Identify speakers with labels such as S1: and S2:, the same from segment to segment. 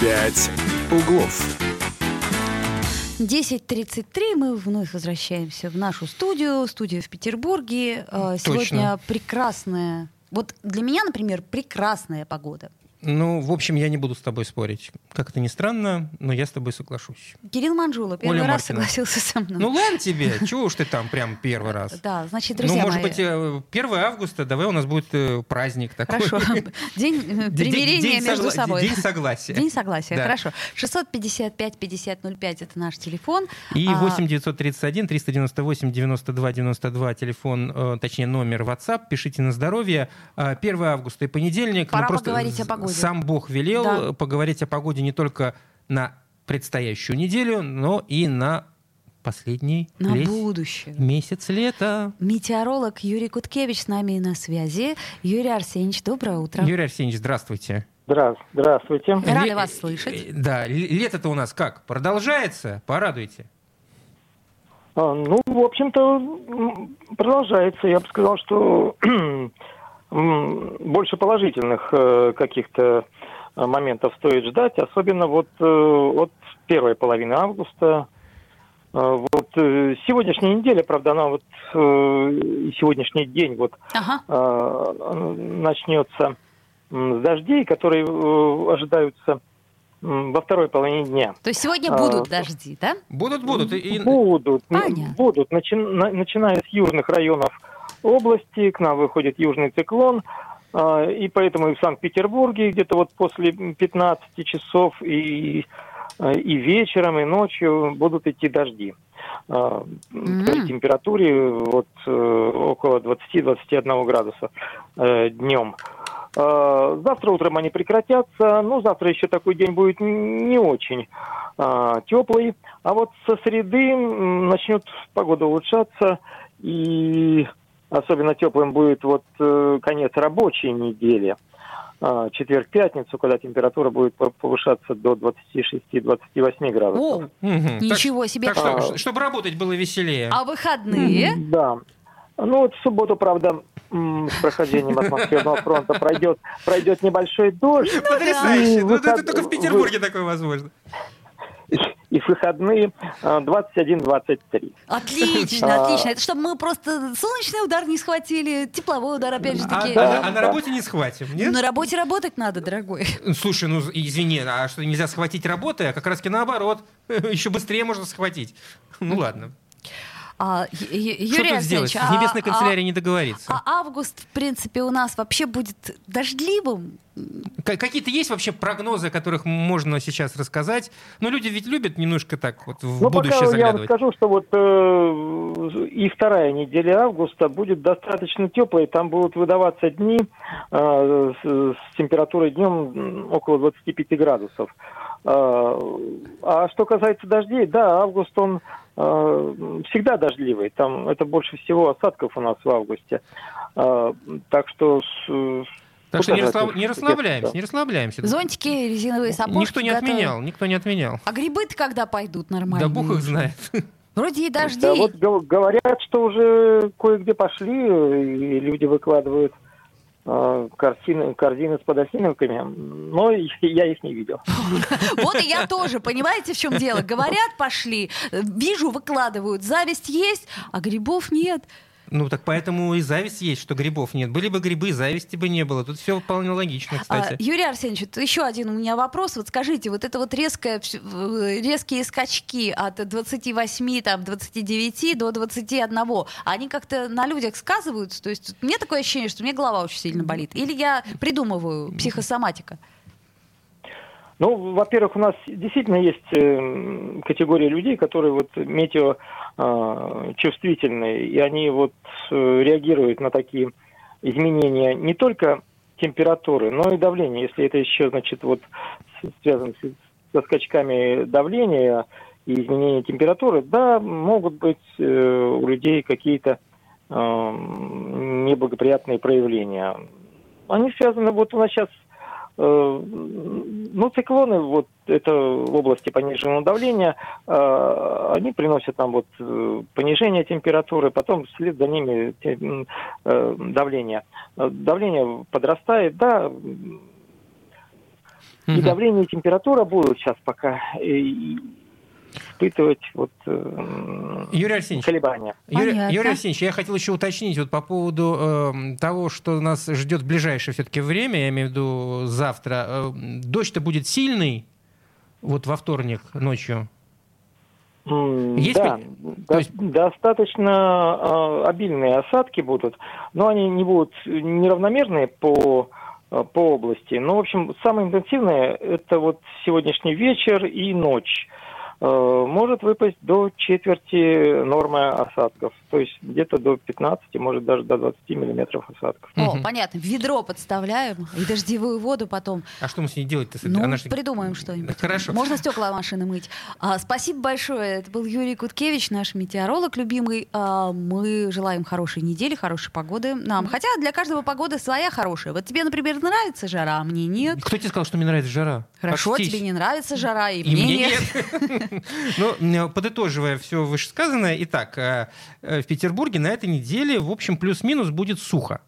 S1: Пять углов.
S2: 10.33, мы вновь возвращаемся в нашу студию, студию в Петербурге. Э, Сегодня прекрасная, вот для меня, например, прекрасная погода.
S3: Ну, в общем, я не буду с тобой спорить. Как это ни странно, но я с тобой соглашусь.
S2: Кирилл Манжула первый
S3: Оля
S2: раз
S3: Маркина.
S2: согласился со мной.
S3: Ну ладно тебе, чего уж ты там прям первый раз.
S2: да, значит,
S3: Ну,
S2: друзья
S3: может
S2: мои,
S3: быть, э, 1 августа, давай у нас будет э, праздник такой.
S2: хорошо, день э,
S3: День-
S2: примирения
S3: день
S2: между
S3: согла-
S2: собой.
S3: День согласия.
S2: День согласия,
S3: Да.
S2: хорошо. 655-5005 это наш телефон.
S3: И
S2: А,
S3: 8 931 398 92 92 телефон, э, точнее номер WhatsApp. Пишите на здоровье. Э, 1 августа и понедельник. Ну,
S2: Пора поговорить о погоде.
S3: Сам Бог велел
S2: Да.
S3: э, поговорить о погоде не только на предстоящую неделю, но и на последний
S2: На
S3: весь
S2: будущее.
S3: месяц лета.
S2: Метеоролог Юрий Куткевич с нами на связи. Юрий Арсеньевич, доброе утро.
S3: Юрий Арсеньевич, здравствуйте.
S4: Здра- Здравствуйте.
S2: Рады
S3: Ле-
S2: вас слышать.
S3: э, Да, л- лето-то у нас как? Продолжается? Порадуйте.
S4: А, Ну, в общем-то, м, продолжается. Я бы сказал, что м, больше положительных э, каких-то э, моментов стоит ждать, особенно вот э, от первой половины августа. Э, Вот э, сегодняшняя неделя, правда, она вот э, и сегодняшний день вот
S2: Ага.
S4: э, начнется м, с дождей, которые э, ожидаются м, во второй половине дня.
S2: То есть сегодня
S4: А,
S2: будут дожди, да?
S3: Будут-будут. И- и-
S4: Будут, м,
S2: Понятно.
S4: будут. Начи- на- начиная с южных районов области, к нам выходит южный циклон, а, и поэтому и в Санкт-Петербурге где-то вот после 15 часов и, э, и вечером, и ночью будут идти дожди. А,
S2: М.
S4: При температуре вот э, около 20-21 градуса днем. Завтра утром они прекратятся, но завтра еще такой день будет н- не очень а, теплый. А вот со среды м, начнет погода улучшаться, и особенно теплым будет вот э, конец рабочей недели. А, Четверг-пятницу, когда температура будет по- повышаться до 26-28 градусов.
S2: О,
S3: Мгм. Так
S2: ничего себе.
S3: Так что, ш- чтобы работать было веселее.
S2: А выходные?
S4: Мгм, Да. Ну вот в субботу, правда, м, с прохождением атмосферного фронта пройдет, пройдет небольшой дождь,
S3: Потрясающе.
S4: И
S3: Ну, это
S4: выход-
S3: только в Петербурге такое возможно.
S4: и в выходные э, 21-23.
S2: Отлично,
S4: А.
S2: отлично. Это чтобы мы просто солнечный удар не схватили, тепловой удар опять же
S3: А,
S2: таки. Ну,
S3: а- а
S4: Да,
S3: на
S4: да.
S3: работе не схватим, нет?
S2: На работе работать надо, дорогой.
S3: Слушай, ну извини, а что нельзя схватить работы, а как раз наоборот. Еще быстрее можно схватить. Ну ладно.
S2: А, Ю- Ю-
S3: Что
S2: Юрий
S3: тут сделать?
S2: Арсеньевич,
S3: С
S2: а-
S3: небесной канцелярией не
S2: а-
S3: договориться.
S2: а август, в принципе, у нас вообще будет дождливым.
S3: К- Какие-то есть вообще прогнозы, о которых можно сейчас рассказать? Ну, люди ведь любят немножко так вот в
S4: Ну,
S3: будущее
S4: пока я вам
S3: заглядывать.
S4: скажу, что вот э, и вторая неделя августа будет достаточно теплой. Там будут выдаваться дни э, с, с температурой днем около 25 градусов. Э, а что касается дождей, да, август он э, всегда дождливый. Там это больше всего осадков у нас в августе. Э, так что с-
S3: Так что не
S4: Куда же
S3: расслаб-
S4: от
S3: не
S4: них
S3: расслабляемся,
S4: деться?
S3: не расслабляемся.
S2: Зонтики, резиновые сапожки.
S3: Никто не
S2: готовы.
S3: отменял, никто не отменял.
S2: А грибы-то когда пойдут нормально?
S3: Да бог их знает.
S2: Вроде и дожди.
S4: Да, вот гов- говорят, что уже кое-где пошли, э, и люди выкладывают э, картины, корзины с подосиновками, но и- я их не видел.
S2: Вот и я тоже, понимаете, в чем дело? Говорят, пошли, э, вижу, выкладывают, зависть есть, а грибов нет.
S3: Ну, так поэтому и зависть есть, что грибов нет. Были бы грибы, зависти бы не было. Тут все вполне логично,
S2: А,
S3: кстати.
S2: Юрий Арсеньевич, вот еще один у меня вопрос. Вот скажите, вот это вот резкое, вс- в- резкие скачки от 28, там, 29 до 21, они как-то на людях сказываются? То есть мне такое ощущение, что мне голова очень сильно болит. Или я придумываю психосоматика?
S4: Ну, во-первых, у нас действительно есть э, категория людей, которые вот метео э, чувствительны, и они вот э, реагируют на такие изменения не только температуры, но и давления. Если это еще, значит, вот с- связано с- со скачками давления и изменения температуры, да, могут быть э, у людей какие-то э, неблагоприятные проявления. Они связаны, вот у нас сейчас Э, ну, циклоны, вот это в области пониженного давления, э, они приносят нам вот э, понижение температуры, потом вслед за ними те, м, э, давление. Э, Давление подрастает, да, м,
S3: Мгм.
S4: И давление, и температура будут сейчас пока э, и- и испытывать вот эм,
S3: Юрий Арсеньевич,
S4: колебания.
S3: Юрий,
S2: Понятно.
S3: Юрий Арсеньевич, я хотел еще уточнить вот по поводу эм, того, что нас ждет в ближайшее все-таки время, я имею в виду завтра. Эм, дождь-то будет сильный вот во вторник ночью.
S4: М,
S3: Есть
S4: да,
S3: ли-
S4: до-
S3: то есть-
S4: достаточно э, обильные осадки будут, но они не будут неравномерные по э, по области. Ну, в общем, самое интенсивное это вот сегодняшний вечер и ночь. Э, Может выпасть до четверти нормы осадков, то есть где-то до 15, может даже до 20 миллиметров осадков.
S2: О,
S3: Мгм.
S2: понятно, ведро подставляем и дождевую воду потом.
S3: А что мы с ней делать-то? с этой-
S2: Ну,
S3: она ж-
S2: придумаем что-нибудь.
S3: Хорошо.
S2: Можно стекла машины мыть. А, спасибо большое. Это был Юрий Куткевич, наш метеоролог любимый. А, мы желаем хорошей недели, хорошей погоды нам. Хотя для каждого погода своя хорошая. Вот тебе, например, нравится жара, а мне нет.
S3: Кто тебе сказал, что мне нравится жара?
S2: Хорошо, а
S3: Очтись.
S2: тебе не нравится жара, и,
S3: И мне нет. Ну, э, подытоживая все вышесказанное, итак, э, э, в Петербурге на этой неделе, в общем, плюс-минус будет сухо.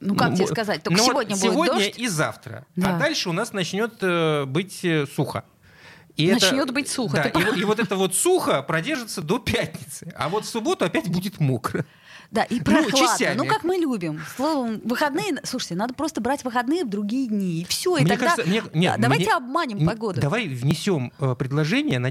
S2: Ну, как
S3: Ну,
S2: тебе сказать, только
S3: Ну, вот
S2: сегодня будет
S3: сегодня
S2: дождь,
S3: и завтра.
S2: Да.
S3: А дальше у нас начнет э, быть э, сухо. И это-
S2: начнет быть сухо.
S3: Да,
S2: Ты
S3: и, вот- и вот это вот сухо продержится до пятницы. А вот в субботу опять будет мокро.
S2: Да, и прохладно. Ну,
S3: частями.
S2: как мы любим. Словом, выходные... Слушайте, надо просто брать выходные в другие дни. И все, и
S3: Мне
S2: тогда...
S3: кажется, мне- нет,
S2: Да, давайте
S3: мне-
S2: обманем
S3: М,
S2: погоду.
S3: Давай внесем э, предложение на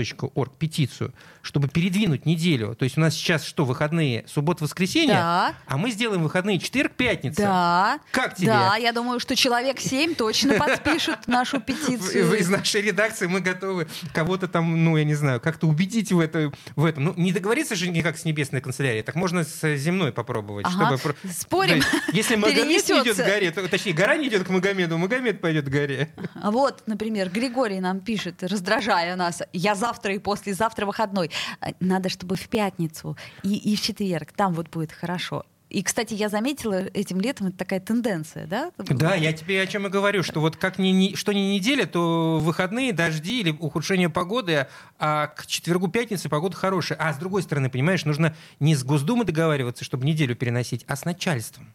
S3: change.org, петицию, чтобы передвинуть неделю. То есть у нас сейчас что, выходные суббота-воскресенье?
S2: Да.
S3: А мы сделаем выходные четверг-пятница.
S2: Да.
S3: Как тебе?
S2: Да, я думаю, что человек 7 точно подпишет нашу
S3: В- в- из
S2: петицию.
S3: нашей редакции мы готовы кого-то там, ну, я не знаю, как-то убедить в, это, в этом. Ну, не договориться же никак с небесной канцелярией, так можно с э, земной попробовать.
S2: Ага.
S3: чтобы про-
S2: Спорим.
S3: Да, если Магомед не
S2: Перенесется.
S3: идет к горе, то, точнее, гора не идет к Магомеду, Магомед пойдет к горе.
S2: А Вот, например, Григорий нам пишет, раздражая нас, я завтра и послезавтра выходной. А, Надо, чтобы в пятницу и, и в четверг, там вот будет хорошо. И, кстати, я заметила этим летом, это такая тенденция, да?
S3: Да, я тебе о чем и говорю, что вот как ни, ни- что ни неделя, то выходные, дожди или ухудшение погоды, а к четвергу, пятнице погода хорошая. А с другой стороны, понимаешь, нужно не с Госдумой договариваться, чтобы неделю переносить, а с начальством.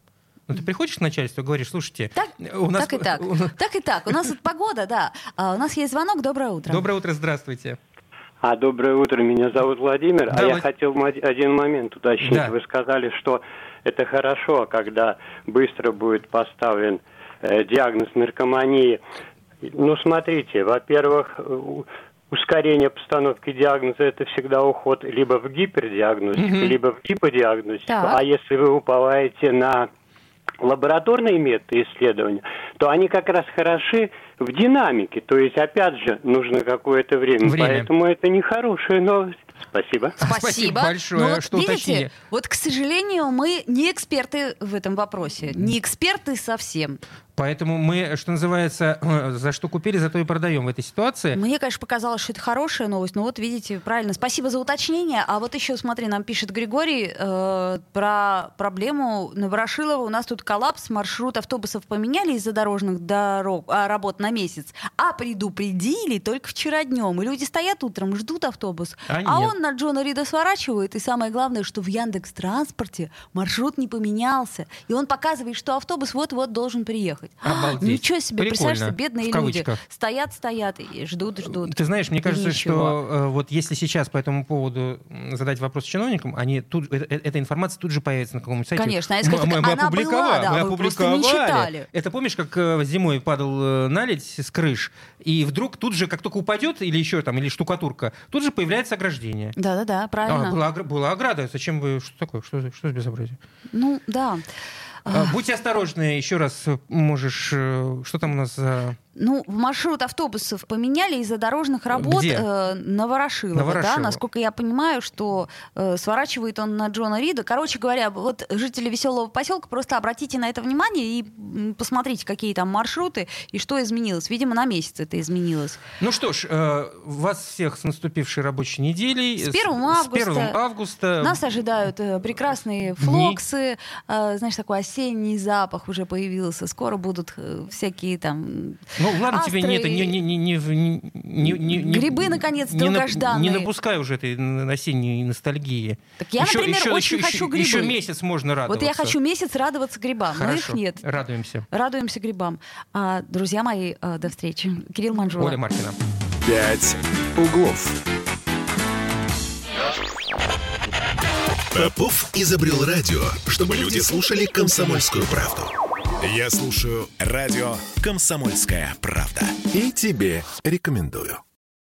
S3: Ну, ты приходишь к начальству и говоришь, слушайте,
S2: Так,
S3: у нас...
S2: так и так.
S3: у нас-
S2: Так и так. У нас тут погода, да. А, у нас есть звонок. Доброе утро.
S3: Доброе утро, здравствуйте.
S5: А доброе утро, меня зовут Владимир.
S3: Да,
S5: а я
S3: Влад-
S5: хотел м- один момент уточнить.
S3: Да.
S5: Вы сказали, что это хорошо, когда быстро будет поставлен э, диагноз наркомании. Ну, смотрите, во-первых, э, у- ускорение постановки диагноза это всегда уход либо в гипердиагностику,
S3: Мгм.
S5: либо в гиподиагностику.
S2: Так.
S5: А если вы уповаете на лабораторные методы исследования, то они как раз хороши в динамике. То есть, опять же, нужно какое-то время.
S3: Время.
S5: Поэтому это не хорошая новость. Спасибо.
S2: Спасибо.
S3: Спасибо большое,
S2: Ну вот
S3: что
S2: видите,
S3: уточнили.
S2: Вот, к сожалению, мы не эксперты в этом вопросе. Не эксперты совсем.
S3: Поэтому мы, что называется, э, за что купили, зато и продаем в этой ситуации.
S2: Мне, конечно, показалось, что это хорошая новость, но вот видите, правильно. Спасибо за уточнение. А вот еще, смотри, нам пишет Григорий э, про проблему на Ворошилова. У нас тут коллапс, маршрут автобусов поменяли из-за дорожных дорог, а, работ на месяц, а предупредили только вчера днем. И люди стоят утром, ждут автобус.
S3: А
S2: а
S3: нет.
S2: он на Джона Рида сворачивает. И самое главное, что в Яндекс Транспорте маршрут не поменялся. И он показывает, что автобус вот-вот должен приехать.
S3: Обалдеть.
S2: Ничего себе,
S3: Прикольно.
S2: представляешь, бедные
S3: В
S2: люди
S3: кавычках.
S2: стоят, стоят и ждут, ждут.
S3: Ты знаешь, мне кажется,
S2: Ничего.
S3: что э, вот если сейчас по этому поводу м, задать вопрос чиновникам, они тут э- э- эта информация тут же появится на каком-нибудь сайте.
S2: Конечно, а если
S3: Мы-
S2: сказать,
S3: мы, мы
S2: она была,
S3: опубликовали,
S2: да,
S3: мы
S2: вы просто не
S3: опубликовали.
S2: читали.
S3: Это помнишь, как э, зимой падал э, наледь с крыш, и вдруг тут же, как только упадет или еще там или штукатурка, тут же появляется ограждение.
S2: Да-да-да,
S3: А,
S2: правильно.
S3: была, огр- была ограда. Зачем вы? Что такое? Что, за- что за безобразие?
S2: Ну, да.
S3: А, Будьте осторожны, еще раз э, можешь... э, Что там у нас за...
S2: Ну, маршрут автобусов поменяли из-за дорожных работ
S3: Где?
S2: э, на Ворошилова,
S3: На Ворошилова.
S2: да, насколько я понимаю, что э, сворачивает он на Джона Рида. Короче говоря, вот жители веселого поселка, просто обратите на это внимание и м, посмотрите, какие там маршруты и что изменилось. Видимо, на месяц это изменилось.
S3: Ну что ж, э, вас всех с наступившей рабочей неделей.
S2: С 1
S3: С
S2: августа.
S3: 1 августа.
S2: Нас ожидают э, прекрасные
S3: Дни.
S2: флоксы, э, знаешь, такой осенний запах уже появился. Скоро будут э, всякие там
S3: Ну, Ну ладно, тебе
S2: Астры
S3: не это, не, не, не, не, не, не- не-
S2: Грибы, наконец,
S3: не, нап-
S2: долгожданные.
S3: не напускай уже этой н- осенней ностальгии.
S2: Так я,
S3: Ещё-
S2: например,
S3: ещё-
S2: очень
S3: ещё-
S2: хочу
S3: ещё-
S2: грибы.
S3: Еще месяц можно радоваться.
S2: Вот я хочу месяц радоваться грибам, но их
S3: Хорошо,
S2: нет.
S3: радуемся.
S2: Радуемся грибам. А, друзья мои, а, до встречи. Кирилл Манжула.
S3: Оля Маркина.
S1: «Пять углов».
S6: Попов изобрел радио, чтобы люди слушали комсомольскую правду. Я слушаю радио «Комсомольская правда» и тебе рекомендую.